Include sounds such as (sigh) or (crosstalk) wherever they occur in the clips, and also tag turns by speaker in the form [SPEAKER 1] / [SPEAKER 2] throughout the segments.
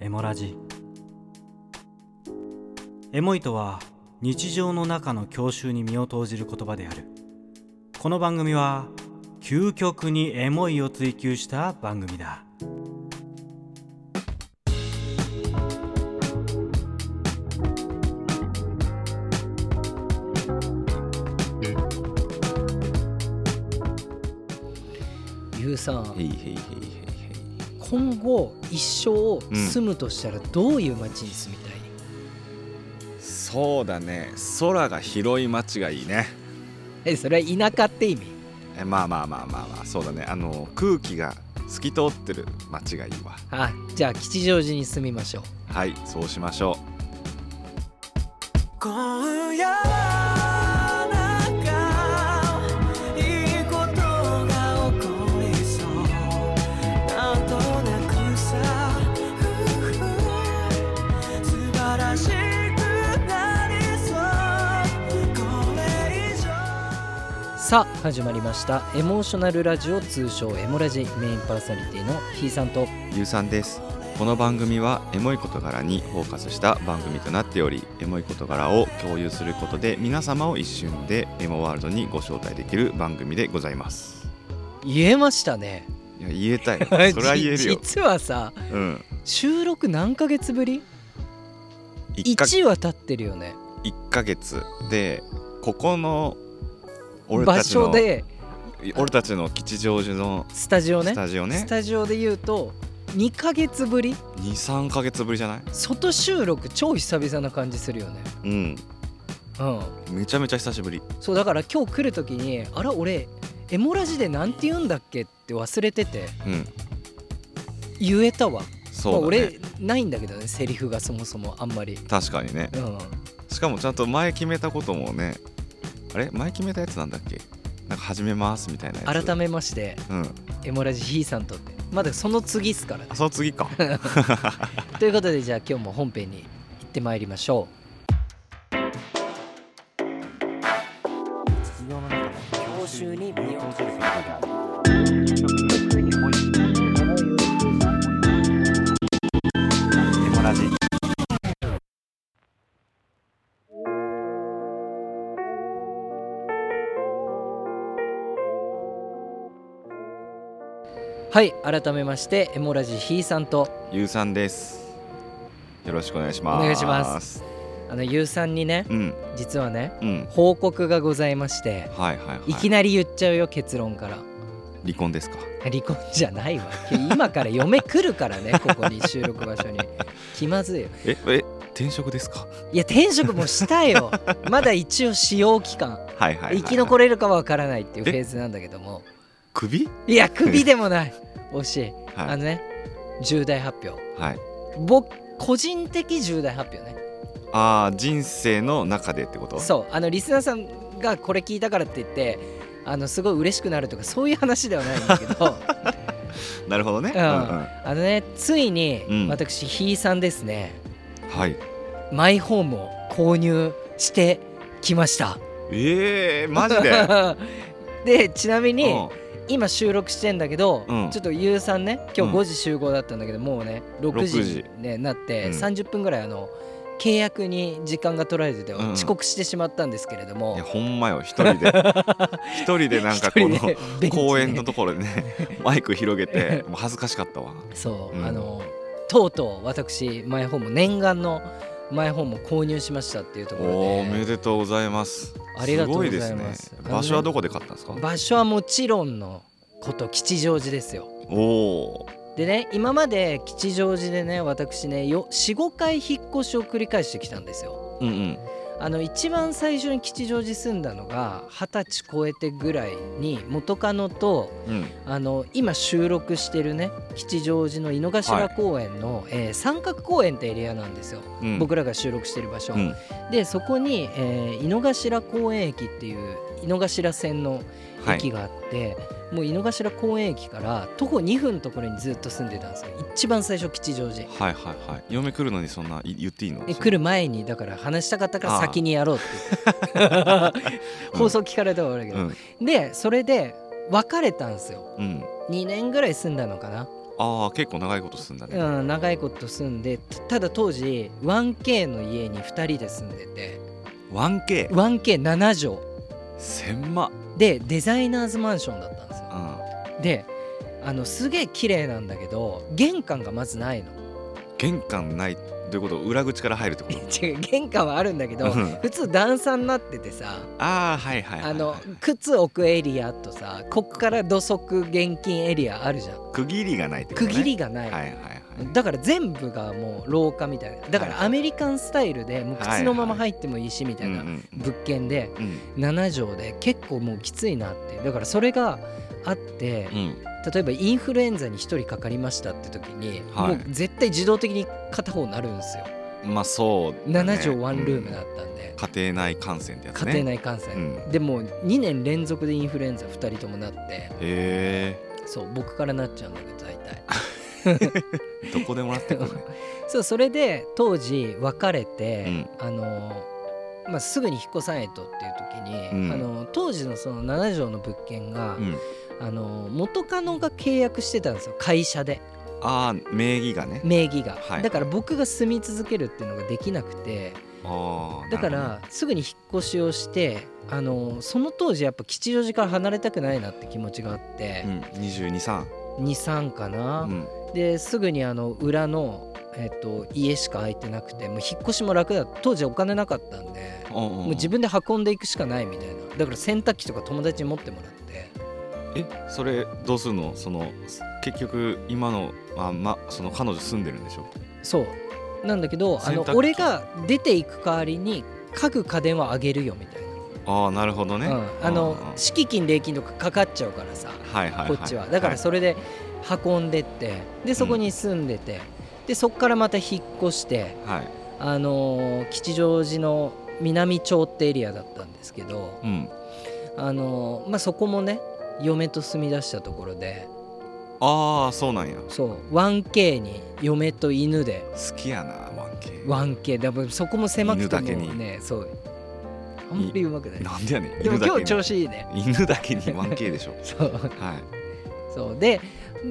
[SPEAKER 1] エモラジエモいとは日常の中の郷愁に身を投じる言葉であるこの番組は究極にエモいを追求した番組だ
[SPEAKER 2] ゆうさん
[SPEAKER 3] へいへいへいへいへい
[SPEAKER 2] 今後一生住むとしたらどういう街に住みたい、
[SPEAKER 3] そうだね空が広い街がいいね
[SPEAKER 2] えそれは田舎って意味
[SPEAKER 3] えまあまあまあまあまあそうだねあの空気が透き通ってる街がいいわ
[SPEAKER 2] あじゃあ吉祥寺に住みましょう
[SPEAKER 3] はいそうしましょ
[SPEAKER 1] 今夜はなんかいいことが起こりそうなんとなくさふうふう素晴らしくなりそうこれ以上
[SPEAKER 2] さあ始まりましたエモーショナルラジオ通称エモラジメインパーソナリティのひいさんと
[SPEAKER 3] うゆうさんですこの番組はエモい事柄にフォーカスした番組となっておりエモい事柄を共有することで皆様を一瞬でエモワールドにご招待できる番組でございます
[SPEAKER 2] 言えましたね
[SPEAKER 3] いや言えたい (laughs) それ
[SPEAKER 2] (laughs)
[SPEAKER 3] は言えるよ
[SPEAKER 2] 実はさ
[SPEAKER 3] うん
[SPEAKER 2] 収録何ヶ月ぶり
[SPEAKER 3] 1か
[SPEAKER 2] ?1 は経ってるよね
[SPEAKER 3] 1ヶ月でここの俺
[SPEAKER 2] 場
[SPEAKER 3] たち
[SPEAKER 2] 所
[SPEAKER 3] の
[SPEAKER 2] で
[SPEAKER 3] 俺たちの吉祥寺の
[SPEAKER 2] スタジオね
[SPEAKER 3] スタジオね
[SPEAKER 2] スタジオで言うと2ヶ月ぶり
[SPEAKER 3] 23か月ぶりじゃない
[SPEAKER 2] 外収録超久々な感じするよね
[SPEAKER 3] うん
[SPEAKER 2] うん
[SPEAKER 3] めちゃめちゃ久しぶり
[SPEAKER 2] そうだから今日来る時に「あら俺エモラジでなんて言うんだっけ?」って忘れてて
[SPEAKER 3] うん
[SPEAKER 2] 言えたわ、まあ
[SPEAKER 3] そうだね
[SPEAKER 2] 俺ないんだけどねセリフがそもそもあんまり、
[SPEAKER 3] 確かにね
[SPEAKER 2] うん、
[SPEAKER 3] しかもちゃんと前決めたこともねあれ前決めたやつなんだっけなんか始めますみたいなやつ
[SPEAKER 2] 改めまして
[SPEAKER 3] うん
[SPEAKER 2] 「エモラジひいさんと」ってまだその次っすからね
[SPEAKER 3] あその
[SPEAKER 2] (laughs)
[SPEAKER 3] 次か
[SPEAKER 2] ということでじゃあ今日も本編に行ってまいりましょう
[SPEAKER 4] 日常の中の教習に身を投じることがあるエモラジ
[SPEAKER 2] はい改めましてエモラジひいさんと
[SPEAKER 3] ゆうさんですよろしくお願いします
[SPEAKER 2] お願いしますあのゆうさんにね
[SPEAKER 3] うん
[SPEAKER 2] 実はね
[SPEAKER 3] うん
[SPEAKER 2] 報告がございまして
[SPEAKER 3] はいはいはい
[SPEAKER 2] いきなり言っちゃうよ結論から。
[SPEAKER 3] 離婚ですか
[SPEAKER 2] 離婚じゃないわ今から嫁来るから
[SPEAKER 3] (laughs)
[SPEAKER 2] ねここに収録場所に気まずいよ
[SPEAKER 3] ええ転職で
[SPEAKER 2] (laughs)
[SPEAKER 3] すか
[SPEAKER 2] いや転職もしたよまだ一応使用期間
[SPEAKER 3] はいはいはい、はい、
[SPEAKER 2] 生き残
[SPEAKER 3] れ
[SPEAKER 2] れるかわからないっていうフェーズなんだけども
[SPEAKER 3] 首
[SPEAKER 2] いやクビでもない惜しい
[SPEAKER 3] (laughs) は
[SPEAKER 2] あ
[SPEAKER 3] い
[SPEAKER 2] のね重大発表
[SPEAKER 3] はい
[SPEAKER 2] 僕個人的重大発表ね
[SPEAKER 3] ああ人生の中でってこと
[SPEAKER 2] そうあのリスナーさんがこれ聞いたからって言ってあのすごい嬉しくなるとかそういう話ではないんだけ
[SPEAKER 3] (laughs)
[SPEAKER 2] ど
[SPEAKER 3] なるほどね、
[SPEAKER 2] うんあのねついに
[SPEAKER 3] うん
[SPEAKER 2] 私ひいさんですね、
[SPEAKER 3] はい
[SPEAKER 2] マイホームを購入してきました。
[SPEAKER 3] ええマジで
[SPEAKER 2] (laughs) でちなみに
[SPEAKER 3] うん
[SPEAKER 2] 今収録してんだけど、
[SPEAKER 3] うん
[SPEAKER 2] ちょっとゆうさんね今日
[SPEAKER 3] うん
[SPEAKER 2] 5時集合だったんだけど、もうね6
[SPEAKER 3] 6時
[SPEAKER 2] 時に、ね、なって
[SPEAKER 3] うん
[SPEAKER 2] 30分ぐらいあの契約に時間が取られてて
[SPEAKER 3] うん
[SPEAKER 2] 遅刻してしまったんですけれども
[SPEAKER 3] いや、ほんまよ一人
[SPEAKER 2] (laughs)
[SPEAKER 3] で一人でなんかこ
[SPEAKER 2] 一人でベ
[SPEAKER 3] (laughs) の
[SPEAKER 2] ンチで
[SPEAKER 3] 公園のところでねマイク広
[SPEAKER 2] (laughs)
[SPEAKER 3] げてもう恥ずかしかったわ
[SPEAKER 2] そう、
[SPEAKER 3] うん
[SPEAKER 2] あのとうとう私マイホーム念願のマイホームを購入しましたっていうところ
[SPEAKER 3] おおめ
[SPEAKER 2] で
[SPEAKER 3] でとうございます
[SPEAKER 2] ありがとうございます
[SPEAKER 3] ごいですね
[SPEAKER 2] あのね
[SPEAKER 3] 場所はどこで買ったんですか
[SPEAKER 2] 場所はもちろんのこと吉祥寺ですよ。
[SPEAKER 3] おお
[SPEAKER 2] でね今まで吉祥寺でね私ね45回引っ越しを繰り返してきたんですよ。
[SPEAKER 3] ーうんうん
[SPEAKER 2] あの一番最初に吉祥寺住んだのが二十歳超えてぐらいに元カノと
[SPEAKER 3] うん
[SPEAKER 2] あの今収録してるね吉祥寺の井の頭公園の、えー三角公園ってエリアなんですよ、
[SPEAKER 3] うん
[SPEAKER 2] 僕らが収録してる場所。
[SPEAKER 3] うん
[SPEAKER 2] でそこに、えー井の頭公園駅っていう井の頭線の
[SPEAKER 3] は
[SPEAKER 2] 駅
[SPEAKER 3] い
[SPEAKER 2] があって、もう井の頭公園駅から徒歩2分のところにずっと住んでたんですよ一番最初吉祥寺
[SPEAKER 3] はいはいはい嫁来るのにそんない言っていいの
[SPEAKER 2] え来る前にだから話したかったから
[SPEAKER 3] ああ
[SPEAKER 2] 先にやろうって
[SPEAKER 3] (laughs)
[SPEAKER 2] 言って放送聞かれたら悪いけ
[SPEAKER 3] う
[SPEAKER 2] ど、
[SPEAKER 3] ん
[SPEAKER 2] でそれで別れたんですよ
[SPEAKER 3] うん
[SPEAKER 2] 2年ぐらい住んだのかな
[SPEAKER 3] あああ結構長いこと住んだね、
[SPEAKER 2] うん、長いこと住んでたただ当時 1K の家に2人で住んでて
[SPEAKER 3] 1K
[SPEAKER 2] 1K7
[SPEAKER 3] 千万
[SPEAKER 2] 畳でデザイナーズマンションだったんですよ
[SPEAKER 3] うん
[SPEAKER 2] であのすげえ綺麗なんだけど玄関がまずないの
[SPEAKER 3] 玄関ないということ裏口から入るってこと
[SPEAKER 2] (laughs) 違う玄関はあるんだけど
[SPEAKER 3] うん
[SPEAKER 2] 普通段差になっててさ
[SPEAKER 3] ああはいはいはい、はい、
[SPEAKER 2] あの靴置くエリアとさこっから土足現金エリアあるじゃん
[SPEAKER 3] 区切りがないってこと
[SPEAKER 2] 区
[SPEAKER 3] ね
[SPEAKER 2] 切りがない、
[SPEAKER 3] はいはいはい
[SPEAKER 2] だから全部がもう廊下みたいなだか
[SPEAKER 3] はい
[SPEAKER 2] ら
[SPEAKER 3] はい
[SPEAKER 2] アメリカンスタイルでもう靴のまま入ってもいいしみたい
[SPEAKER 3] うんう
[SPEAKER 2] なん物件で
[SPEAKER 3] うん
[SPEAKER 2] 7畳で結構もうきついなってだからそれがあって
[SPEAKER 3] うん
[SPEAKER 2] 例えばインフルエンザに1人かかりましたって時に
[SPEAKER 3] は
[SPEAKER 2] も
[SPEAKER 3] いう
[SPEAKER 2] 絶対自動的に片方なるんですよ
[SPEAKER 3] まあそうだね、
[SPEAKER 2] 7畳ワンルームだ
[SPEAKER 3] う
[SPEAKER 2] ったんで
[SPEAKER 3] ん家庭内感染ってやつ
[SPEAKER 2] 家
[SPEAKER 3] ね
[SPEAKER 2] 庭
[SPEAKER 3] 内
[SPEAKER 2] 内感
[SPEAKER 3] う
[SPEAKER 2] 染
[SPEAKER 3] んへ
[SPEAKER 2] でもう2年連続でインフルエンザ2人ともなって
[SPEAKER 3] え
[SPEAKER 2] そう僕からなっちゃうんだけど大体
[SPEAKER 3] どこでもらってく
[SPEAKER 2] (laughs)
[SPEAKER 3] るね
[SPEAKER 2] そうそれで当時別れて、
[SPEAKER 3] う
[SPEAKER 2] あのまあ、すぐに引っ越さないとっていう時に、
[SPEAKER 3] うん
[SPEAKER 2] あの当時のその7畳の物件が、
[SPEAKER 3] うん
[SPEAKER 2] あの元カノが契約してたんですよ会社で
[SPEAKER 3] ああ名義がね
[SPEAKER 2] 名義が、
[SPEAKER 3] はい
[SPEAKER 2] だから僕が住み続けるっていうのができなくて
[SPEAKER 3] ああ
[SPEAKER 2] だからすぐに引っ越しをしてあのその当時やっぱ吉祥寺から離れたくないなって気持ちがあって
[SPEAKER 3] う、ん223
[SPEAKER 2] 23かな、
[SPEAKER 3] うん
[SPEAKER 2] ですぐにあの裏の、えっと家しか空いてなくてもう引っ越しも楽だ当時お金なかったんでも
[SPEAKER 3] も
[SPEAKER 2] う自分で運んでいくしかないみたいなだから洗濯機とか友達に持ってもらって
[SPEAKER 3] えそれどうするのその結局今のあまその彼女住んでるんでしょ
[SPEAKER 2] そうなんだけどあ
[SPEAKER 3] 洗濯
[SPEAKER 2] の
[SPEAKER 3] 機
[SPEAKER 2] 俺が出ていく代わりに家具家電はあげるよみたい
[SPEAKER 3] ああなるほどね、
[SPEAKER 2] な、うん、あ
[SPEAKER 3] うんうん
[SPEAKER 2] の敷金礼金とかかかっちゃうからさ
[SPEAKER 3] はいはいはい、
[SPEAKER 2] こっちはだからそれで運んでってでそこに住んでてでそこからまた引っ越して
[SPEAKER 3] はい、はい
[SPEAKER 2] あのー吉祥寺の南町ってエリアだったんですけど、
[SPEAKER 3] うん
[SPEAKER 2] あのーまあ、そこもね嫁と住み出したところで
[SPEAKER 3] ああそうなんや
[SPEAKER 2] そう 1K に嫁と犬で
[SPEAKER 3] 好きやな 1K
[SPEAKER 2] 1K だからそこも狭くて
[SPEAKER 3] 犬だけに
[SPEAKER 2] もうねそうあんまりうまくない
[SPEAKER 3] なんでやねん
[SPEAKER 2] でも
[SPEAKER 3] 犬だ
[SPEAKER 2] 今
[SPEAKER 3] け
[SPEAKER 2] 日
[SPEAKER 3] に
[SPEAKER 2] 調子いいね
[SPEAKER 3] 犬だけに 1K で
[SPEAKER 2] (laughs)
[SPEAKER 3] しょ
[SPEAKER 2] そう
[SPEAKER 3] はい
[SPEAKER 2] そうで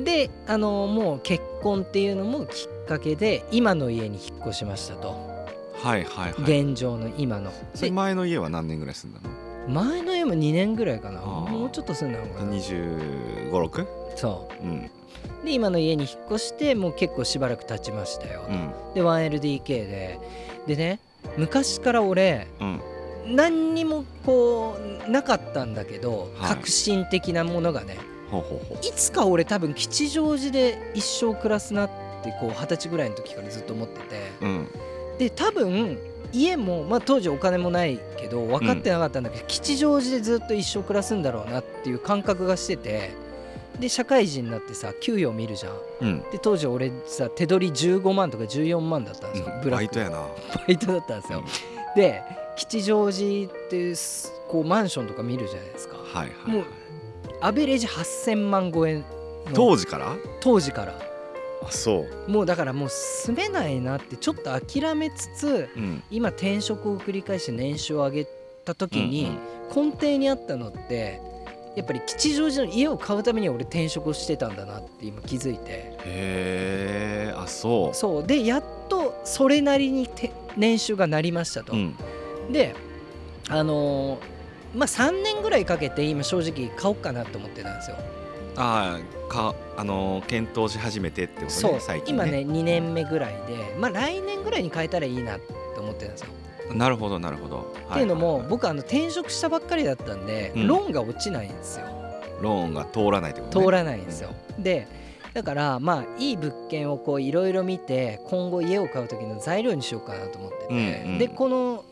[SPEAKER 2] で、あのーもう結婚っていうのもきっかけで今の家に引っ越しましたと、
[SPEAKER 3] はいはいはい
[SPEAKER 2] 現状の今の
[SPEAKER 3] そ
[SPEAKER 2] で
[SPEAKER 3] れ前の家は何年ぐらい住んだの
[SPEAKER 2] 前の家も2年ぐらいかな
[SPEAKER 3] あー
[SPEAKER 2] もうちょっと住んだのかな
[SPEAKER 3] ?256?
[SPEAKER 2] そう
[SPEAKER 3] うん
[SPEAKER 2] で今の家に引っ越してもう結構しばらく経ちましたよ、
[SPEAKER 3] うん
[SPEAKER 2] で 1LDK ででね昔から俺
[SPEAKER 3] うん
[SPEAKER 2] 何にもこうなかったんだけど、
[SPEAKER 3] はい
[SPEAKER 2] 革新的なものがね
[SPEAKER 3] ほうほうほう
[SPEAKER 2] いつか俺多分吉祥寺で一生暮らすなってこう二十歳ぐらいの時からずっと思ってて
[SPEAKER 3] うん
[SPEAKER 2] で多分家も、まあ、当時お金もないけど分かってなかったんだけど、吉祥寺でずっと一生暮らすんだろうなっていう感覚がしててで社会人になってさ給与見るじゃん
[SPEAKER 3] うん
[SPEAKER 2] で当時俺さ手取り15万とか14万だったんですよ、
[SPEAKER 3] うん
[SPEAKER 2] ブラ
[SPEAKER 3] バ
[SPEAKER 2] ッ
[SPEAKER 3] イ
[SPEAKER 2] ク
[SPEAKER 3] トやな
[SPEAKER 2] バイトだったんですよ、で吉祥寺っていうすこうマンションとか見るじゃないですか
[SPEAKER 3] はいはい
[SPEAKER 2] も
[SPEAKER 3] はいう
[SPEAKER 2] アベレージ8000万超えの
[SPEAKER 3] 当時から
[SPEAKER 2] 当時から
[SPEAKER 3] あそう
[SPEAKER 2] もうだからもう住めないなってちょっと諦めつつ
[SPEAKER 3] うん
[SPEAKER 2] 今転職を繰り返して年収を上げた時に、
[SPEAKER 3] うんうん
[SPEAKER 2] 根底にあったのってやっぱり吉祥寺の家を買うために俺転職をしてたんだなって今気づいて。
[SPEAKER 3] へえあそう
[SPEAKER 2] そうでやっとそれなりにて年収がなりましたと、
[SPEAKER 3] ん
[SPEAKER 2] であのーまあ3年ぐらいかけて今正直買おうかなと思ってたんですよ、
[SPEAKER 3] ああかあのー検討し始めてってことね
[SPEAKER 2] そう
[SPEAKER 3] 最近
[SPEAKER 2] 今
[SPEAKER 3] ね
[SPEAKER 2] ね2年目ぐらいでまあ来年ぐらいに変えたらいいなと思ってたんですよ、
[SPEAKER 3] なるほどなるほど、はは
[SPEAKER 2] っていうのも僕あの転職したばっかりだったんで、
[SPEAKER 3] うん
[SPEAKER 2] ローンが落ちないんですよ
[SPEAKER 3] ローンが通らないってことね
[SPEAKER 2] 通らないんですよ、でだからまあいい物件をこういろいろ見て今後家を買う時の材料にしようかなと思ってて、
[SPEAKER 3] うんうん
[SPEAKER 2] でこの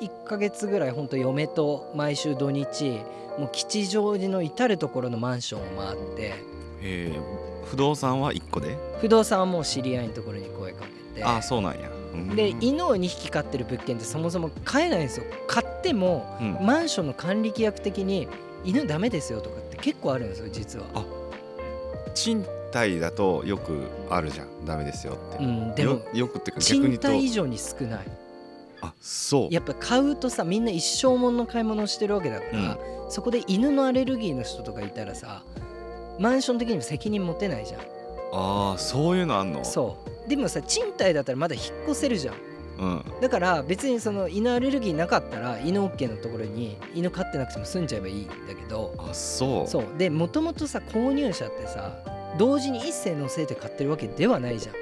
[SPEAKER 2] 1ヶ月ぐらい本当嫁と毎週土日もう吉祥寺の至る所のマンションを回って
[SPEAKER 3] へえ不動産は1個で、
[SPEAKER 2] 不動産はもう知り合いのところに声かけて
[SPEAKER 3] ああそうなんや、うん
[SPEAKER 2] で
[SPEAKER 3] うん
[SPEAKER 2] 犬を2匹飼ってる物件ってそもそも買えないんですよ買っても
[SPEAKER 3] うん
[SPEAKER 2] マンションの管理規約的に犬ダメですよとかって結構あるんですよ実は。
[SPEAKER 3] 賃貸だとよくあるじゃんダメですよって、
[SPEAKER 2] うん、でも
[SPEAKER 3] よよくってか逆
[SPEAKER 2] 賃
[SPEAKER 3] にと
[SPEAKER 2] 貸以上に少ない
[SPEAKER 3] あそう
[SPEAKER 2] やっぱ買うとさみんな一生ものの買い物をしてるわけだから、そこで犬のアレルギーの人とかいたらさマンション的にも責任持てないじゃん
[SPEAKER 3] ああそういうのあんの
[SPEAKER 2] そうでもさ賃貸だったらまだ引っ越せるじゃん
[SPEAKER 3] う、ん、
[SPEAKER 2] だから別にその犬アレルギーなかったら犬 OK のところに犬飼ってなくても住んじゃえばいいんだけど
[SPEAKER 3] あそう
[SPEAKER 2] そうでもともとさ購入者ってさ同時に一斉のせいで買ってるわけではないじゃん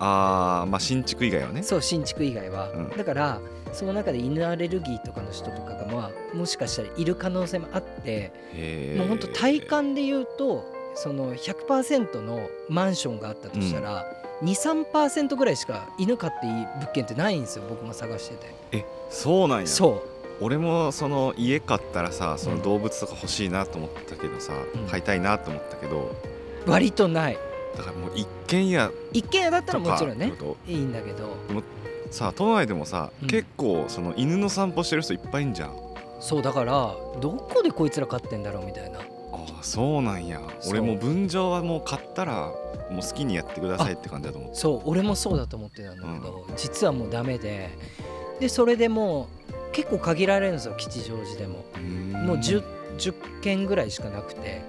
[SPEAKER 3] ああまあ新築以外はね
[SPEAKER 2] そう新築以外は、
[SPEAKER 3] うん
[SPEAKER 2] だからその中で犬アレルギーとかの人とかがまあもしかしたらいる可能性もあって、
[SPEAKER 3] へえ
[SPEAKER 2] もうほんと体感で言うとその100%のマンションがあったとしたら、23%ぐらいしか犬飼っていい物件ってないんですよ僕も探してて
[SPEAKER 3] えそうなんや
[SPEAKER 2] そ
[SPEAKER 3] 俺もその家買ったらさそうの
[SPEAKER 2] ん
[SPEAKER 3] 動物とか欲しいなと思ったけどさ、
[SPEAKER 2] うん
[SPEAKER 3] 買いたいなと思ったけど
[SPEAKER 2] う割とない
[SPEAKER 3] だからもう一軒家
[SPEAKER 2] 一軒家だったら
[SPEAKER 3] と
[SPEAKER 2] も
[SPEAKER 3] か
[SPEAKER 2] ちろん
[SPEAKER 3] っ
[SPEAKER 2] ね
[SPEAKER 3] てこ
[SPEAKER 2] いいんだけど
[SPEAKER 3] とさ都内でもさ、
[SPEAKER 2] うん
[SPEAKER 3] 結構その犬の散歩してる人いっぱいいんじゃん
[SPEAKER 2] そうだからどこでこいつら飼ってんだろうみたいな
[SPEAKER 3] ああそうなんや
[SPEAKER 2] そう
[SPEAKER 3] 俺もう分譲はもう買ったらもう好きにやってくださいって感じだと思う
[SPEAKER 2] そう俺もそうだと思ってたんだけど、実はもうダメででそれでもう結構限られるんですよ吉祥寺でも
[SPEAKER 3] うーん
[SPEAKER 2] もう 10, 10件ぐらいしかなくて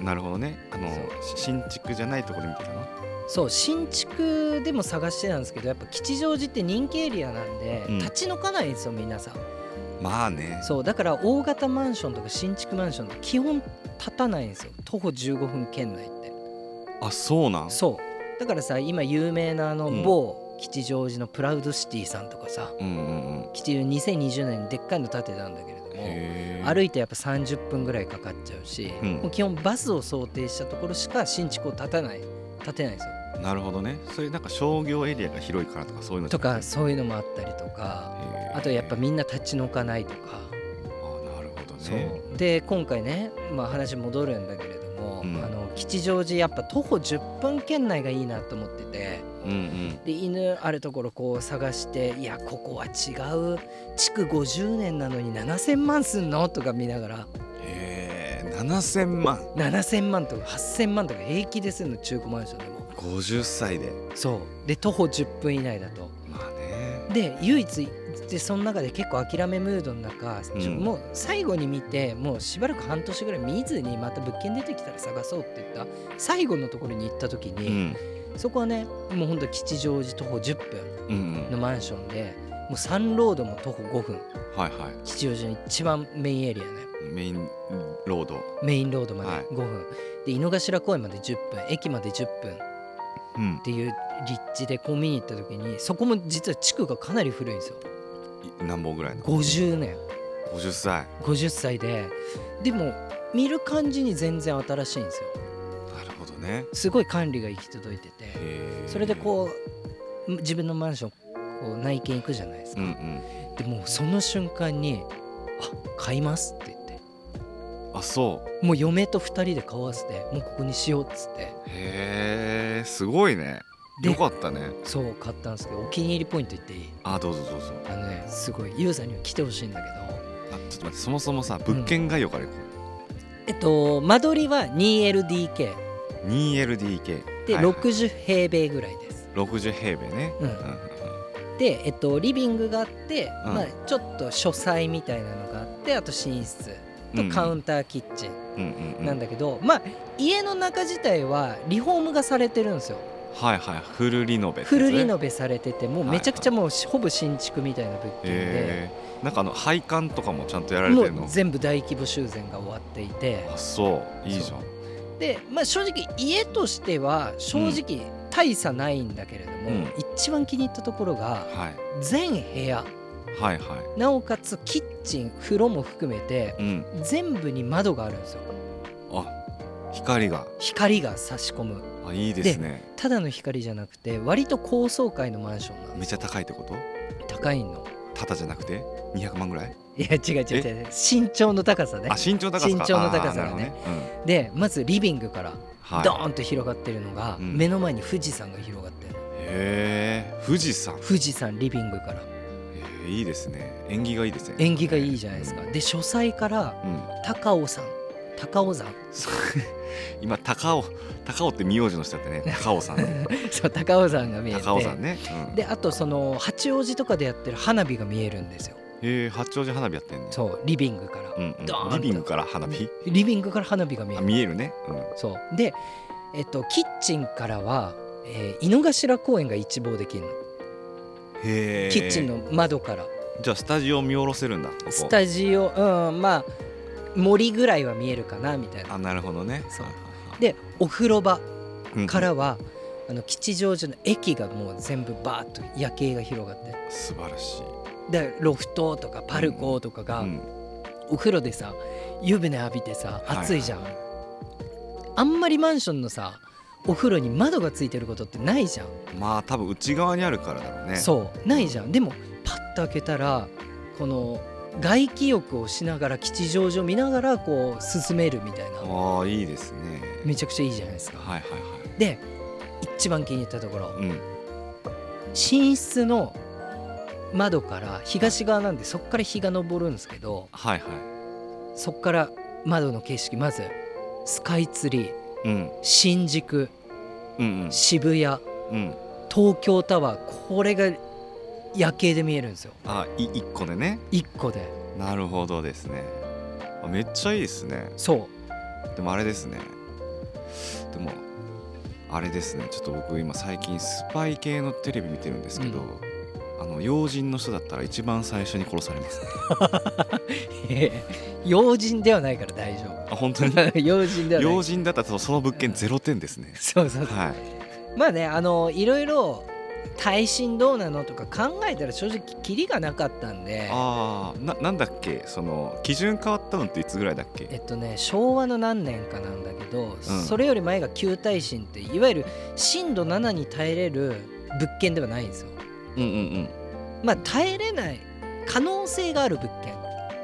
[SPEAKER 3] なるほどねあの
[SPEAKER 2] そう
[SPEAKER 3] し新築じゃないとこで見てたな
[SPEAKER 2] そう新築でも探してたんですけどやっぱ吉祥寺って人気エリアなんで、
[SPEAKER 3] うん
[SPEAKER 2] 立ち退かないんですよ皆さん
[SPEAKER 3] まあね
[SPEAKER 2] そうだから大型マンションとか新築マンションって基本立たないんですよ徒歩15分圏内って
[SPEAKER 3] あそうなん
[SPEAKER 2] そうだからさ今有名なあの
[SPEAKER 3] うん
[SPEAKER 2] 某吉祥寺のプラウドシティさんとかさ、
[SPEAKER 3] うんうんうん
[SPEAKER 2] 吉祥寺2020年にでっかいの建てたんだけれども
[SPEAKER 3] へえ
[SPEAKER 2] 歩いてやっぱ30分ぐらいかかっちゃうし、
[SPEAKER 3] うん
[SPEAKER 2] もう基本バスを想定したところしか新築を建たない建てないんですよ
[SPEAKER 3] なるほどねそういうなんか商業エリアが広いからとかそういうの
[SPEAKER 2] とかそういうのもあったりとかあとやっぱみんな立ち退かないとか、
[SPEAKER 3] あなるほど
[SPEAKER 2] そ
[SPEAKER 3] ね
[SPEAKER 2] うで今回ね、まあ、話戻るんだけれども、
[SPEAKER 3] うん
[SPEAKER 2] あの吉祥寺やっぱ徒歩10分圏内がいいなと思ってて
[SPEAKER 3] うんうん
[SPEAKER 2] で犬あるところこう探していやここは違う築50年なのに7,000万すんのとか見ながら。
[SPEAKER 3] へえ7000万
[SPEAKER 2] 7000万とか8000万とか平気でするの中古マンションでも
[SPEAKER 3] 50歳で
[SPEAKER 2] そうで徒歩10分以内だと
[SPEAKER 3] まあね
[SPEAKER 2] で唯一でその中で結構諦めムードの中、
[SPEAKER 3] うん
[SPEAKER 2] もう最後に見てもうしばらく半年ぐらい見ずにまた物件出てきたら探そうって言った最後のところに行った時
[SPEAKER 3] う
[SPEAKER 2] に、
[SPEAKER 3] ん
[SPEAKER 2] そこはねもうほんと吉祥寺徒歩10分
[SPEAKER 3] うんうん
[SPEAKER 2] のマンションでもうサンロードも徒歩5分
[SPEAKER 3] はいはい
[SPEAKER 2] 吉祥寺の一番メインエリアね
[SPEAKER 3] メインロード
[SPEAKER 2] メインロードまで
[SPEAKER 3] はい
[SPEAKER 2] 5分、で井の頭公園まで10分駅まで10分
[SPEAKER 3] うん
[SPEAKER 2] っていう立地でこう見に行った時にそこも実は地区がかなり古いんですよ
[SPEAKER 3] い何本ぐらいの
[SPEAKER 2] 50年
[SPEAKER 3] 50歳
[SPEAKER 2] 50歳ででも見る感じに全然新しいんですよ
[SPEAKER 3] なるほどね
[SPEAKER 2] すごい管理が行き届いてて
[SPEAKER 3] へえ
[SPEAKER 2] それでこう自分のマンションこう内見行くじゃないですか、
[SPEAKER 3] うんうん
[SPEAKER 2] でもうその瞬間に「あ買います」って言って
[SPEAKER 3] あそう
[SPEAKER 2] もう嫁と2人で買わせてもうここにしようっつって
[SPEAKER 3] へえすごいね
[SPEAKER 2] で
[SPEAKER 3] よかったね
[SPEAKER 2] そう買ったんですけどお気に入りポイント言っていい
[SPEAKER 3] あどうぞどうぞ
[SPEAKER 2] あのねすごいユーザーには来てほしいんだけど
[SPEAKER 3] あちょっと待ってそもそもさ物件概要からいこ
[SPEAKER 2] えっと、間取りは 2LDK
[SPEAKER 3] う 2LDK
[SPEAKER 2] で、
[SPEAKER 3] はいはい
[SPEAKER 2] 60平米ぐらいです、
[SPEAKER 3] 60平米ね
[SPEAKER 2] うん
[SPEAKER 3] うんうん
[SPEAKER 2] で、えっと、リビングがあって、
[SPEAKER 3] うん
[SPEAKER 2] まあ、ちょっと書斎みたいなのがあってあと寝室
[SPEAKER 3] う
[SPEAKER 2] と
[SPEAKER 3] ん
[SPEAKER 2] カウンターキッチン
[SPEAKER 3] うんうんうん
[SPEAKER 2] なんだけど、まあ家の中自体はリフォームがされてるんですよ
[SPEAKER 3] はいはいフルリノベ
[SPEAKER 2] フルリノ
[SPEAKER 3] ベ
[SPEAKER 2] ベされててもうめちゃくちゃもうほぼ新築みたいな物件で、
[SPEAKER 3] えー、なんかあの配管とかもちゃんとやられてる
[SPEAKER 2] も
[SPEAKER 3] の
[SPEAKER 2] う全部大規模修繕が終わっていて
[SPEAKER 3] あそういいじゃん
[SPEAKER 2] で、まあ、正直家としては正直大差ないんだけれども、
[SPEAKER 3] うん
[SPEAKER 2] 一番気に入ったところが
[SPEAKER 3] はい
[SPEAKER 2] 全部屋
[SPEAKER 3] はいは
[SPEAKER 2] なおかつキッチン風呂も含めて
[SPEAKER 3] いうん
[SPEAKER 2] 全部に窓があるんですよ
[SPEAKER 3] あ光が
[SPEAKER 2] 光が差し込む
[SPEAKER 3] あいいですね
[SPEAKER 2] ただの光じゃなくて割と高層階のマンションなんで
[SPEAKER 3] めっちゃ高いってこと
[SPEAKER 2] す高いの
[SPEAKER 3] タダじゃなくて200万ぐらい
[SPEAKER 2] いや違う違う違う身長の高さね
[SPEAKER 3] あ身長の高さか
[SPEAKER 2] 身長の高さがね
[SPEAKER 3] あーなるほどうん
[SPEAKER 2] でまずリビングから
[SPEAKER 3] はい
[SPEAKER 2] ドーンと広がってるのが、
[SPEAKER 3] うん
[SPEAKER 2] 目の前に富士山が広がってる
[SPEAKER 3] へえ富士山
[SPEAKER 2] 富士山リビングから
[SPEAKER 3] へーいいですね縁起がいいですね
[SPEAKER 2] 縁起がいいじゃないですか、で書斎から
[SPEAKER 3] うん、 (laughs)
[SPEAKER 2] 高尾山高尾山 (laughs)
[SPEAKER 3] そう今高尾高尾って名字の人だってね高
[SPEAKER 2] (laughs)
[SPEAKER 3] 尾さん
[SPEAKER 2] そう高尾山が見えて
[SPEAKER 3] 高尾さんね、うん、
[SPEAKER 2] であとその八王子とかでやってる花火が見えるんですよ
[SPEAKER 3] へえ八王子花火やってんね
[SPEAKER 2] そうリビングから、
[SPEAKER 3] うんうん
[SPEAKER 2] ドーンと
[SPEAKER 3] リビングから花火
[SPEAKER 2] リビングから花火が見え
[SPEAKER 3] あ
[SPEAKER 2] る
[SPEAKER 3] 見えるね、うん、
[SPEAKER 2] そうでえっと、キッチンからは、えー井の頭公園が一望できるの、
[SPEAKER 3] へえ
[SPEAKER 2] キッチンの窓から
[SPEAKER 3] じゃあスタジオ見下ろせるんだここ
[SPEAKER 2] スタジオうんまあ森ぐらいは見えるかなみたいな
[SPEAKER 3] あなるほどね
[SPEAKER 2] そう
[SPEAKER 3] はい
[SPEAKER 2] でお風呂場
[SPEAKER 3] はいはい
[SPEAKER 2] からは、あの吉祥寺の駅がもう全部バーッと夜景が広がって
[SPEAKER 3] うん素晴らしい、
[SPEAKER 2] でロフトとかパルコとかが、
[SPEAKER 3] うん
[SPEAKER 2] お風呂でさ湯船浴びてさ
[SPEAKER 3] はい
[SPEAKER 2] 暑いじゃん、あんまりマンションのさお風呂に窓がついてることってないじゃん、
[SPEAKER 3] まあ多分内側にあるからだろうね
[SPEAKER 2] そうないじゃんでもパッと開けたらこの外気浴をしながら吉祥寺を見ながらこう進めるみたいな
[SPEAKER 3] ああいいですね
[SPEAKER 2] めちゃくちゃいいじゃないですか
[SPEAKER 3] はいはいは
[SPEAKER 2] で一番気に入ったところ
[SPEAKER 3] いうん
[SPEAKER 2] 寝室の窓から東側なんでそっから日が昇るんですけど
[SPEAKER 3] はいは
[SPEAKER 2] そっから窓の景色まずスカイツリー
[SPEAKER 3] いうん
[SPEAKER 2] 新宿
[SPEAKER 3] うん
[SPEAKER 2] 渋谷
[SPEAKER 3] うんうん
[SPEAKER 2] 東京タワーこれが夜景で見えるんですよ
[SPEAKER 3] あい一個でね
[SPEAKER 2] 1個で
[SPEAKER 3] なるほどですねあめっちゃいいですね
[SPEAKER 2] そ
[SPEAKER 3] でもあれですねでもあれですねちょっと僕今最近スパイ系のテレビ見てるんですけど、
[SPEAKER 2] う
[SPEAKER 3] あの要人の人だったら一番最初に殺されますね
[SPEAKER 2] う (laughs) 用心ではないから大丈
[SPEAKER 3] あ本
[SPEAKER 2] (laughs)
[SPEAKER 3] 当に
[SPEAKER 2] 夫用心ではな
[SPEAKER 3] 要
[SPEAKER 2] い
[SPEAKER 3] 人だったらその物件0点ですね
[SPEAKER 2] そうそうそう
[SPEAKER 3] はい
[SPEAKER 2] まあねあのいろいろ耐震どうなのとか考えたら正直キリがなかったんで
[SPEAKER 3] ああななんだっけその基準変わったのっていつぐらいだっ
[SPEAKER 2] え
[SPEAKER 3] け
[SPEAKER 2] っとね昭和の何年かなんだけど、それより前が旧耐震っていわゆる震度7に耐えれる物件ではないんですよ
[SPEAKER 3] うんうん
[SPEAKER 2] まあ耐えれない可能性がある物件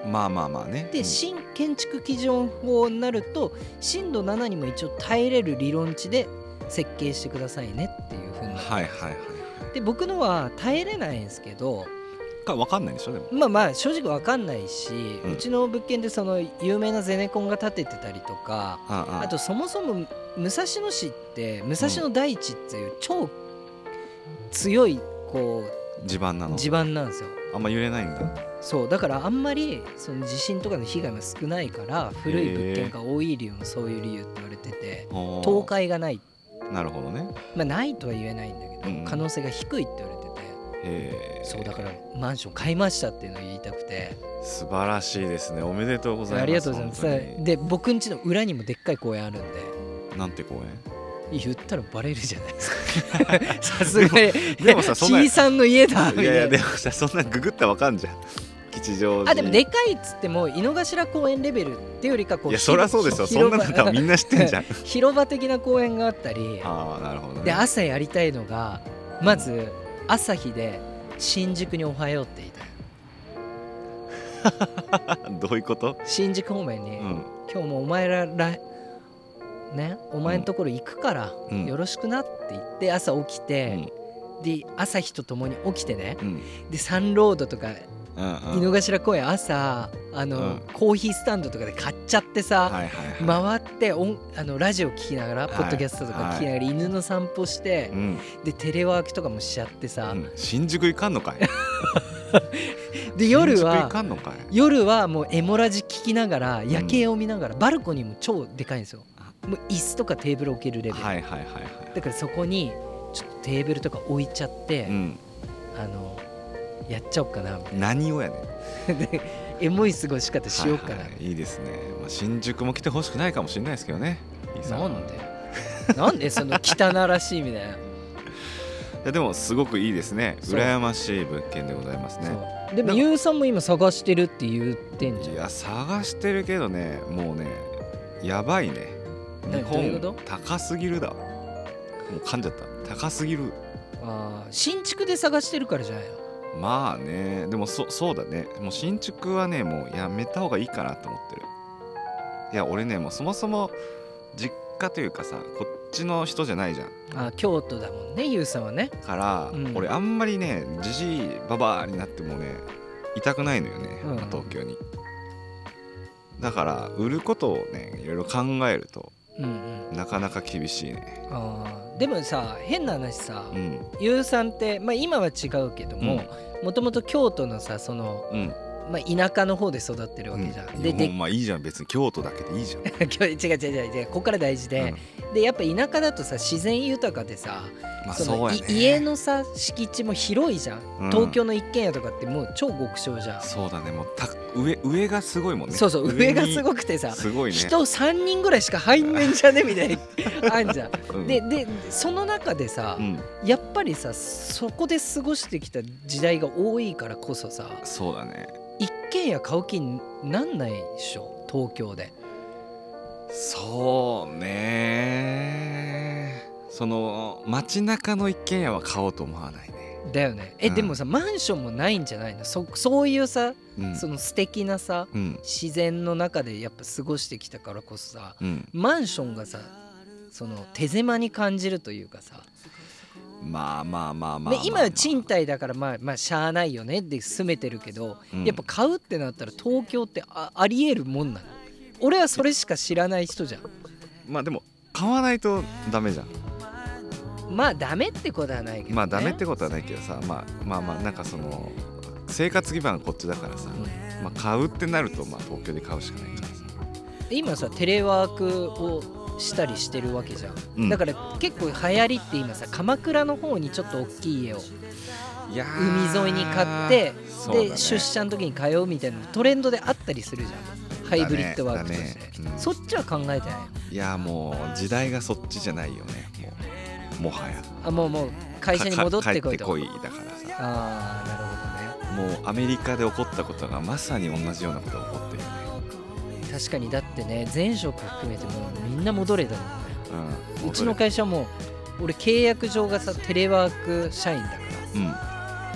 [SPEAKER 3] うんまあまあまあねう
[SPEAKER 2] で
[SPEAKER 3] ん
[SPEAKER 2] 新建築基準法になると震度7にも一応耐えれる理論値で設計してくださいねっていう風になって
[SPEAKER 3] はいはいはい
[SPEAKER 2] で僕のは耐えれないんですけど
[SPEAKER 3] かわかんないでしょでも
[SPEAKER 2] まあまあ正直わかんないし、う
[SPEAKER 3] うん
[SPEAKER 2] ちの物件でその有名なゼネコンが建ててたりとか
[SPEAKER 3] ああ
[SPEAKER 2] あとそもそも武蔵野市って武蔵野台地っていう超強いこ
[SPEAKER 3] 地盤な
[SPEAKER 2] う
[SPEAKER 3] の
[SPEAKER 2] 地盤なんですよ。
[SPEAKER 3] あんま揺れないんだ
[SPEAKER 2] そうだからあんまりその地震とかの被害が少ないから古い物件が多い理由もそういう理由って言われてて
[SPEAKER 3] おー
[SPEAKER 2] 倒壊がない
[SPEAKER 3] なるほどね
[SPEAKER 2] まあないとは言えないんだけど、
[SPEAKER 3] うん
[SPEAKER 2] 可能性が低いって言われてて、
[SPEAKER 3] へえ
[SPEAKER 2] そうだからマンション買いましたっていうのを言いたくて
[SPEAKER 3] 素晴らしいですねおめでとうございます
[SPEAKER 2] ありがとうございます
[SPEAKER 3] 本当に
[SPEAKER 2] で僕ん家の裏にもでっかい公園あるんで
[SPEAKER 3] なんて公園
[SPEAKER 2] 言ったらバレるじゃないですか
[SPEAKER 3] (laughs)
[SPEAKER 2] さすがに
[SPEAKER 3] でもさそんな
[SPEAKER 2] C さんの家だみた
[SPEAKER 3] い
[SPEAKER 2] いな
[SPEAKER 3] やいやでもさそんなググったらわかんじゃん吉祥寺
[SPEAKER 2] あでもでかいっつっても井の頭公園レベルっていうよりかこう
[SPEAKER 3] い
[SPEAKER 2] い
[SPEAKER 3] やそりゃそうですよそんなの多分みんな知ってん
[SPEAKER 2] (laughs)
[SPEAKER 3] じゃん
[SPEAKER 2] 広場的な公園があったり
[SPEAKER 3] ああなるほどね
[SPEAKER 2] で朝やりたいのがまず朝日で新宿に「おはよう」って言いたい
[SPEAKER 3] (laughs) どういうこと
[SPEAKER 2] 新宿方面に、
[SPEAKER 3] うん
[SPEAKER 2] 今日もお前ららねお前のところ行くから、
[SPEAKER 3] うん
[SPEAKER 2] よろしくなって言って朝起きて、で朝日とともに起きてね
[SPEAKER 3] うん
[SPEAKER 2] でサンロードとか
[SPEAKER 3] うん
[SPEAKER 2] 井
[SPEAKER 3] う
[SPEAKER 2] の
[SPEAKER 3] ん
[SPEAKER 2] 頭公園朝あの、
[SPEAKER 3] うん
[SPEAKER 2] コーヒースタンドとかで買っちゃってさ、
[SPEAKER 3] はいはいはい
[SPEAKER 2] 回って音あのラジオ聞きながら、
[SPEAKER 3] はい
[SPEAKER 2] ポッドキャストとか聞きながら、犬の散歩して
[SPEAKER 3] う、ん
[SPEAKER 2] でテレワークとかもしちゃってさ、
[SPEAKER 3] うん新宿行かんのかい
[SPEAKER 2] で (laughs) 夜
[SPEAKER 3] 新宿行
[SPEAKER 2] は
[SPEAKER 3] かんのかい
[SPEAKER 2] 夜はもうエモラジ聞きながら夜景を見ながら、バルコニーも超でかいんですよもう椅子とかテーブル置けるレベル、
[SPEAKER 3] はいはいはいは
[SPEAKER 2] だからそこにちょっとテーブルとか置いちゃって、
[SPEAKER 3] いうん
[SPEAKER 2] あのやっちゃおうかなみたい
[SPEAKER 3] 何をやねん
[SPEAKER 2] なでエモい過ごし方しようかな、
[SPEAKER 3] はいはいいいですねまあ新宿も来てほしくないかもしれないですけどねイーサン
[SPEAKER 2] なんでなんでその汚らしいみ
[SPEAKER 3] (laughs)
[SPEAKER 2] たいな、
[SPEAKER 3] いやでもすごくいいですね
[SPEAKER 2] そう
[SPEAKER 3] 羨ましい物件でございますね
[SPEAKER 2] そうでもゆうさんも今探してるって言ってんじゃん
[SPEAKER 3] いや探してるけどねもうねやばいね
[SPEAKER 2] な
[SPEAKER 3] 日
[SPEAKER 2] どういうこ
[SPEAKER 3] 本
[SPEAKER 2] と
[SPEAKER 3] 高すぎるだわもう噛んじゃった高すぎる
[SPEAKER 2] あー新築で探してるからじゃないの
[SPEAKER 3] まあねでもそそうだねもう新築はねもうやめた方がいいかなと思ってるいや俺ねもうそもそも実家というかさこっちの人じゃないじゃん
[SPEAKER 2] あー京都だもんねゆうさんはね
[SPEAKER 3] から、
[SPEAKER 2] うん
[SPEAKER 3] 俺あんまりねじじいばばあになってもねいたくないのよね、
[SPEAKER 2] うん
[SPEAKER 3] 東京にだから売ることをねいろいろ考えると
[SPEAKER 2] うんうん
[SPEAKER 3] なかなか厳しいね
[SPEAKER 2] あーでもさ変な話さ、
[SPEAKER 3] うん
[SPEAKER 2] ゆうさんって、まあ、今は違うけどももともと京都のさその
[SPEAKER 3] うん
[SPEAKER 2] まあ、田舎の方で育ってるわけじゃん、
[SPEAKER 3] うん
[SPEAKER 2] で
[SPEAKER 3] いや
[SPEAKER 2] で
[SPEAKER 3] もうまあいいじゃん別に京都だけでいいじゃ
[SPEAKER 2] (laughs)
[SPEAKER 3] ん、
[SPEAKER 2] 今日違う違う違う違うここから大事で、でやっぱ田舎だとさ自然豊かでさ、
[SPEAKER 3] まあ
[SPEAKER 2] そ
[SPEAKER 3] そう
[SPEAKER 2] の
[SPEAKER 3] や
[SPEAKER 2] い
[SPEAKER 3] ね
[SPEAKER 2] 家のさ敷地も広いじゃん、
[SPEAKER 3] うん
[SPEAKER 2] 東京の一軒家とかってもう超極小じゃん、
[SPEAKER 3] そうだねもうた上上がすごいもんね
[SPEAKER 2] そうそう上がす
[SPEAKER 3] い
[SPEAKER 2] ごくてさ、
[SPEAKER 3] すごいね
[SPEAKER 2] 人3人ぐらいしか入んねんじゃねみたいなあんじゃん、
[SPEAKER 3] (laughs) うん
[SPEAKER 2] ででその中でさ、
[SPEAKER 3] うん
[SPEAKER 2] やっぱりさそこで過ごしてきた時代が多いからこそさ
[SPEAKER 3] そうだね
[SPEAKER 2] 一軒家買う気になんないでしょ東京で
[SPEAKER 3] そうねその街中の一軒家は買おうと思わないね、
[SPEAKER 2] だよねえ、
[SPEAKER 3] うん
[SPEAKER 2] でもさマンションもないんじゃないのそそういうさ、
[SPEAKER 3] うん、
[SPEAKER 2] その素敵なさ
[SPEAKER 3] うん
[SPEAKER 2] 自然の中でやっぱ過ごしてきたからこそさ
[SPEAKER 3] うん
[SPEAKER 2] マンションがさその手狭に感じるというかさ
[SPEAKER 3] まあまあまあまあまあ、ま
[SPEAKER 2] で
[SPEAKER 3] あ、
[SPEAKER 2] 今は賃貸だからまあまあしゃあないよねで住めてるけど、
[SPEAKER 3] うん
[SPEAKER 2] やっぱ買うってなったら東京ってあありえるもんなの俺はそれしか知らない人じゃん
[SPEAKER 3] まあでも買わないとダメじゃん
[SPEAKER 2] まあダメってことはないけど、ね、
[SPEAKER 3] まあダメってことはないけどさ、まあ、まあまあなんかその生活基盤はこっちだからさ、
[SPEAKER 2] う
[SPEAKER 3] まあ、買うってなるとまあ東京で買うしかないからさ、
[SPEAKER 2] で今さテレワークをしたりしてるわけじゃん、
[SPEAKER 3] うん
[SPEAKER 2] だから結構流行りって今さ鎌倉の方にちょっと大きい家を
[SPEAKER 3] いやー
[SPEAKER 2] 海沿いに買って、
[SPEAKER 3] そうだね
[SPEAKER 2] で出社の時に通うみたいなのトレンドであったりするじゃんハイブリッドワークとして、
[SPEAKER 3] だねだねうん
[SPEAKER 2] そっちは考えてない
[SPEAKER 3] いやーもう時代がそっちじゃないよねもうもはや
[SPEAKER 2] あもうもう会社に戻ってこい
[SPEAKER 3] か
[SPEAKER 2] と
[SPEAKER 3] か帰ってこいだからさ
[SPEAKER 2] ああなるほど
[SPEAKER 3] もうアメリカで起こったことがまさに同じようなことが起こってるよ
[SPEAKER 2] ね確かにだってね前職含めてもうみんな戻れだもんね
[SPEAKER 3] ね、うん、
[SPEAKER 2] うちの会社も俺契約上がさテレワーク社員だか
[SPEAKER 3] うんうん
[SPEAKER 2] ら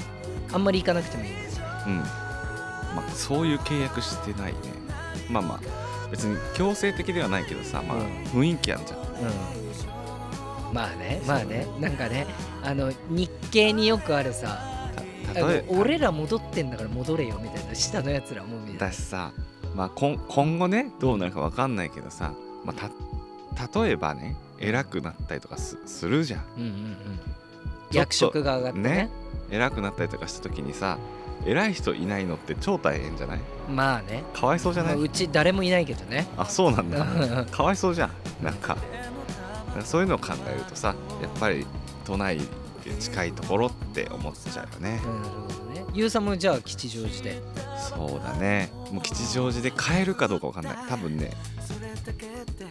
[SPEAKER 2] あんまり行かなくてもいいんですよ
[SPEAKER 3] まあそういう契約してないねまあまあ別に強制的ではないけどさまあ
[SPEAKER 2] うん
[SPEAKER 3] 雰囲気あるじゃん
[SPEAKER 2] うんまあねまあねなんかねあの日系によくあるさ
[SPEAKER 3] た例え
[SPEAKER 2] あの俺ら戻ってんだから戻れよみたいな下のやつらもみたい
[SPEAKER 3] だしさ、まあ、今今後ねどうなるか分かんないけどさ、まあ、た例えばね偉くなったりとかすするじゃん
[SPEAKER 2] なうんうんうん役職が上がってね
[SPEAKER 3] ね偉くなったりとかした時にさ偉い人いないのって超大変じゃない
[SPEAKER 2] まあね
[SPEAKER 3] かわいそうじゃな
[SPEAKER 2] まあ
[SPEAKER 3] いう
[SPEAKER 2] ち誰もいないけどね
[SPEAKER 3] あそうなん
[SPEAKER 2] う (laughs)
[SPEAKER 3] だ
[SPEAKER 2] ん
[SPEAKER 3] かわいそうじゃんなんかなんかそういうのを考えるとさやっぱり都内で近いところって思っちゃうよね
[SPEAKER 2] うんなるほどねゆうさんもじゃあ吉祥寺で
[SPEAKER 3] そうだねもう吉祥寺で買えるかどうか分かんない多分ね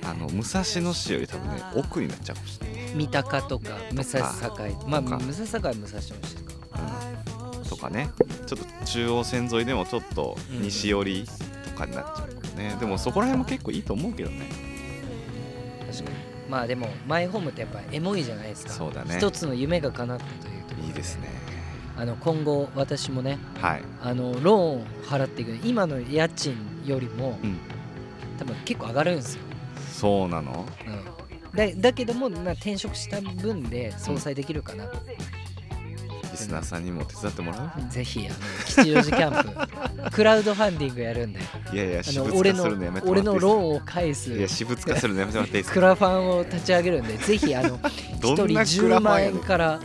[SPEAKER 3] あの武蔵野市より多分ね奥になっちゃうかもしれない
[SPEAKER 2] 三鷹とか武蔵境まあ武
[SPEAKER 3] とか
[SPEAKER 2] 蔵境は武蔵野市か
[SPEAKER 3] うんとかねちょっと中央線沿いでもちょっと西寄りとかになっちゃうけどね、でもそこら辺も結構いいと思うけどね
[SPEAKER 2] 確かにまあでもマイホームってやっぱエモいじゃないですか
[SPEAKER 3] そうだね
[SPEAKER 2] 一つの夢が叶ったというところ
[SPEAKER 3] いいですね
[SPEAKER 2] あの今後私もね
[SPEAKER 3] はい
[SPEAKER 2] あのローンを払っていく今の家賃よりも、
[SPEAKER 3] うん
[SPEAKER 2] 多分結構上がるんですよ、
[SPEAKER 3] そうなの
[SPEAKER 2] うん、だだけどもな転職した分で相殺できるかな、
[SPEAKER 3] リスナーさんにも手伝ってもら
[SPEAKER 2] ぜひあの吉祥寺キ
[SPEAKER 3] (laughs)
[SPEAKER 2] ャンプクラウドファンディングやるんで
[SPEAKER 3] ういやいや
[SPEAKER 2] あ
[SPEAKER 3] 私
[SPEAKER 2] の
[SPEAKER 3] 物
[SPEAKER 2] 俺
[SPEAKER 3] 化す
[SPEAKER 2] の
[SPEAKER 3] るのやめても
[SPEAKER 2] 俺
[SPEAKER 3] らってい
[SPEAKER 2] の
[SPEAKER 3] い
[SPEAKER 2] ロー
[SPEAKER 3] で
[SPEAKER 2] ンを返す
[SPEAKER 3] すかいや私物化するのやめてもらっていいで
[SPEAKER 2] (laughs)
[SPEAKER 3] す
[SPEAKER 2] ク
[SPEAKER 3] か
[SPEAKER 2] ラファンを立ち上げるんでぜひあの
[SPEAKER 3] ど
[SPEAKER 2] 一
[SPEAKER 3] んな
[SPEAKER 2] 人
[SPEAKER 3] クラファン
[SPEAKER 2] 10
[SPEAKER 3] やねん
[SPEAKER 2] 万円から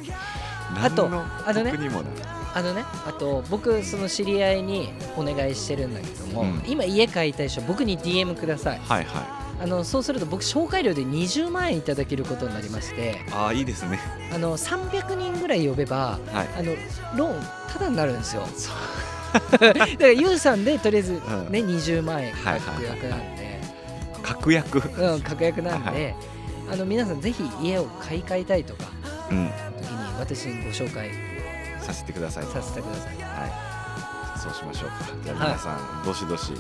[SPEAKER 2] あと
[SPEAKER 3] 何の
[SPEAKER 2] あのね
[SPEAKER 3] 得にもない
[SPEAKER 2] あのねあと僕その知り合いにお願いしてるんだけども、
[SPEAKER 3] うん
[SPEAKER 2] 今家買いたい人僕に DM ください
[SPEAKER 3] はいはい
[SPEAKER 2] あのそうすると僕紹介料で20万円いただけることになりまして
[SPEAKER 3] ああいいですね
[SPEAKER 2] あの300人ぐらい呼べば
[SPEAKER 3] はい
[SPEAKER 2] あのローンタダになるんですよ
[SPEAKER 3] そ
[SPEAKER 2] だ
[SPEAKER 3] う
[SPEAKER 2] からユウさんでとりあえずね、
[SPEAKER 3] ん
[SPEAKER 2] 20万円
[SPEAKER 3] はい
[SPEAKER 2] 確
[SPEAKER 3] はいはい
[SPEAKER 2] 約なんで、
[SPEAKER 3] 確約
[SPEAKER 2] うん、確約なんで、
[SPEAKER 3] はい
[SPEAKER 2] あの皆さんぜひ家を買い替えたいとか
[SPEAKER 3] うん
[SPEAKER 2] 時に私にご紹介
[SPEAKER 3] させてください
[SPEAKER 2] させてください
[SPEAKER 3] はいそうしましょうかじゃあ
[SPEAKER 2] はい
[SPEAKER 3] 皆さんどしどし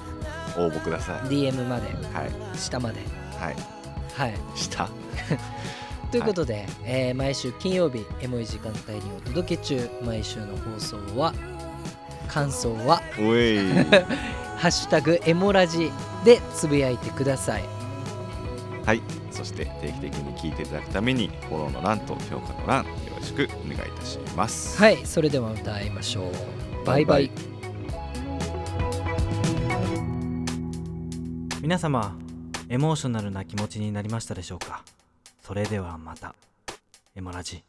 [SPEAKER 3] 応募くださ
[SPEAKER 2] DM まで
[SPEAKER 3] いはい
[SPEAKER 2] 下まで
[SPEAKER 3] はい
[SPEAKER 2] はい
[SPEAKER 3] した
[SPEAKER 2] ということで、えー毎週金曜日エモい時間帯にお届け中毎週の放送は感想は
[SPEAKER 3] おい
[SPEAKER 2] 「ハッシュタグエモラジ」でつぶやいてください
[SPEAKER 3] (laughs) はいそして定期的に聞いていただくためにフォローの欄と評価の欄よろしくお願いいたします
[SPEAKER 2] はいそれではまた会いましょうバイバイ
[SPEAKER 5] 皆様エモーショナルな気持ちになりましたでしょうかそれではまたエモラジ